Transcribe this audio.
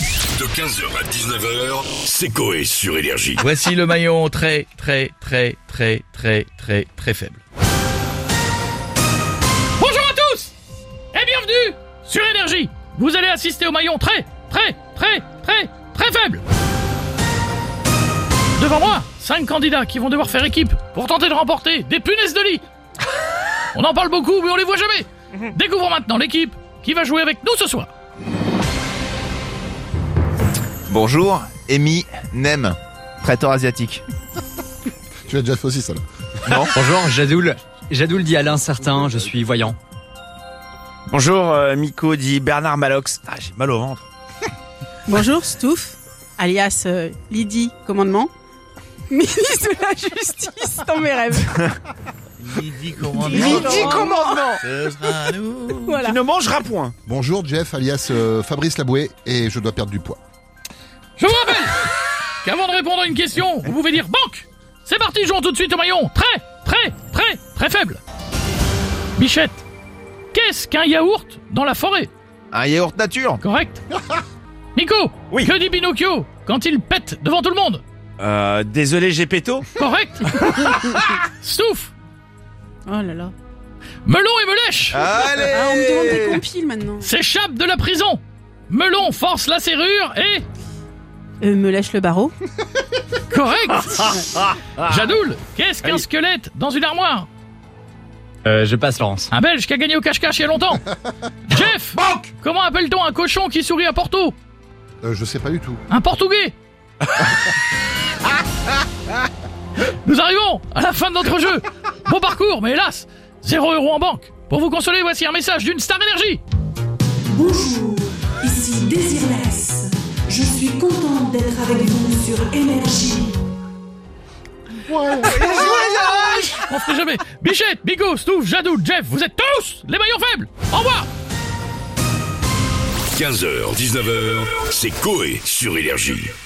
De 15h à 19h, c'est Coé sur Énergie. Voici le maillon très très très très très très très faible. Bonjour à tous et bienvenue sur Énergie. Vous allez assister au maillon très, très, très, très, très faible. Devant moi, 5 candidats qui vont devoir faire équipe pour tenter de remporter des punaises de lit. On en parle beaucoup, mais on les voit jamais. Découvrons maintenant l'équipe qui va jouer avec nous ce soir. Bonjour, Amy Nem, traiteur asiatique. Tu l'as déjà fait aussi, ça. là. Bonjour, Jadoul. Jadoul dit Alain Certain, je suis voyant. Bonjour, Miko dit Bernard Malox. Ah, j'ai mal au ventre. Bonjour, Stouff, alias euh, Lydie Commandement, ministre de la Justice dans mes rêves. Midi commandement Voilà. Tu ne mangeras point. Bonjour Jeff, alias euh, Fabrice Laboué, et je dois perdre du poids. Je vous rappelle qu'avant de répondre à une question, vous pouvez dire banque. C'est parti, jouons tout de suite au maillon. Très, très, très, très faible. Bichette, qu'est-ce qu'un yaourt dans la forêt Un yaourt nature. Correct Nico, Oui. que dit Pinocchio quand il pète devant tout le monde Euh, désolé, j'ai péto. Correct Stouff, Oh là là. Melon et Melèche Allez Ah, on me demande des compiles maintenant. s'échappent de la prison. Melon force la serrure et... Euh, me lèche le barreau. Correct Jadoul, qu'est-ce qu'un Aïe. squelette dans une armoire Euh, je passe Laurence. Un Belge qui a gagné au cache-cache il y a longtemps. Jeff Comment appelle-t-on un cochon qui sourit à Porto Euh, je sais pas du tout. Un Portugais Nous arrivons à la fin de notre jeu. Bon parcours, mais hélas, zéro euro en banque. Pour vous consoler, voici un message d'une star énergie. Bonjour, ici Désirless. Je suis contente d'être avec vous sur Énergie. On ferait jamais. Bichette, Bigot, Stouff, Jadoul, Jeff, vous êtes tous les maillons faibles. Au revoir 15h, 19h, c'est Coé sur Énergie.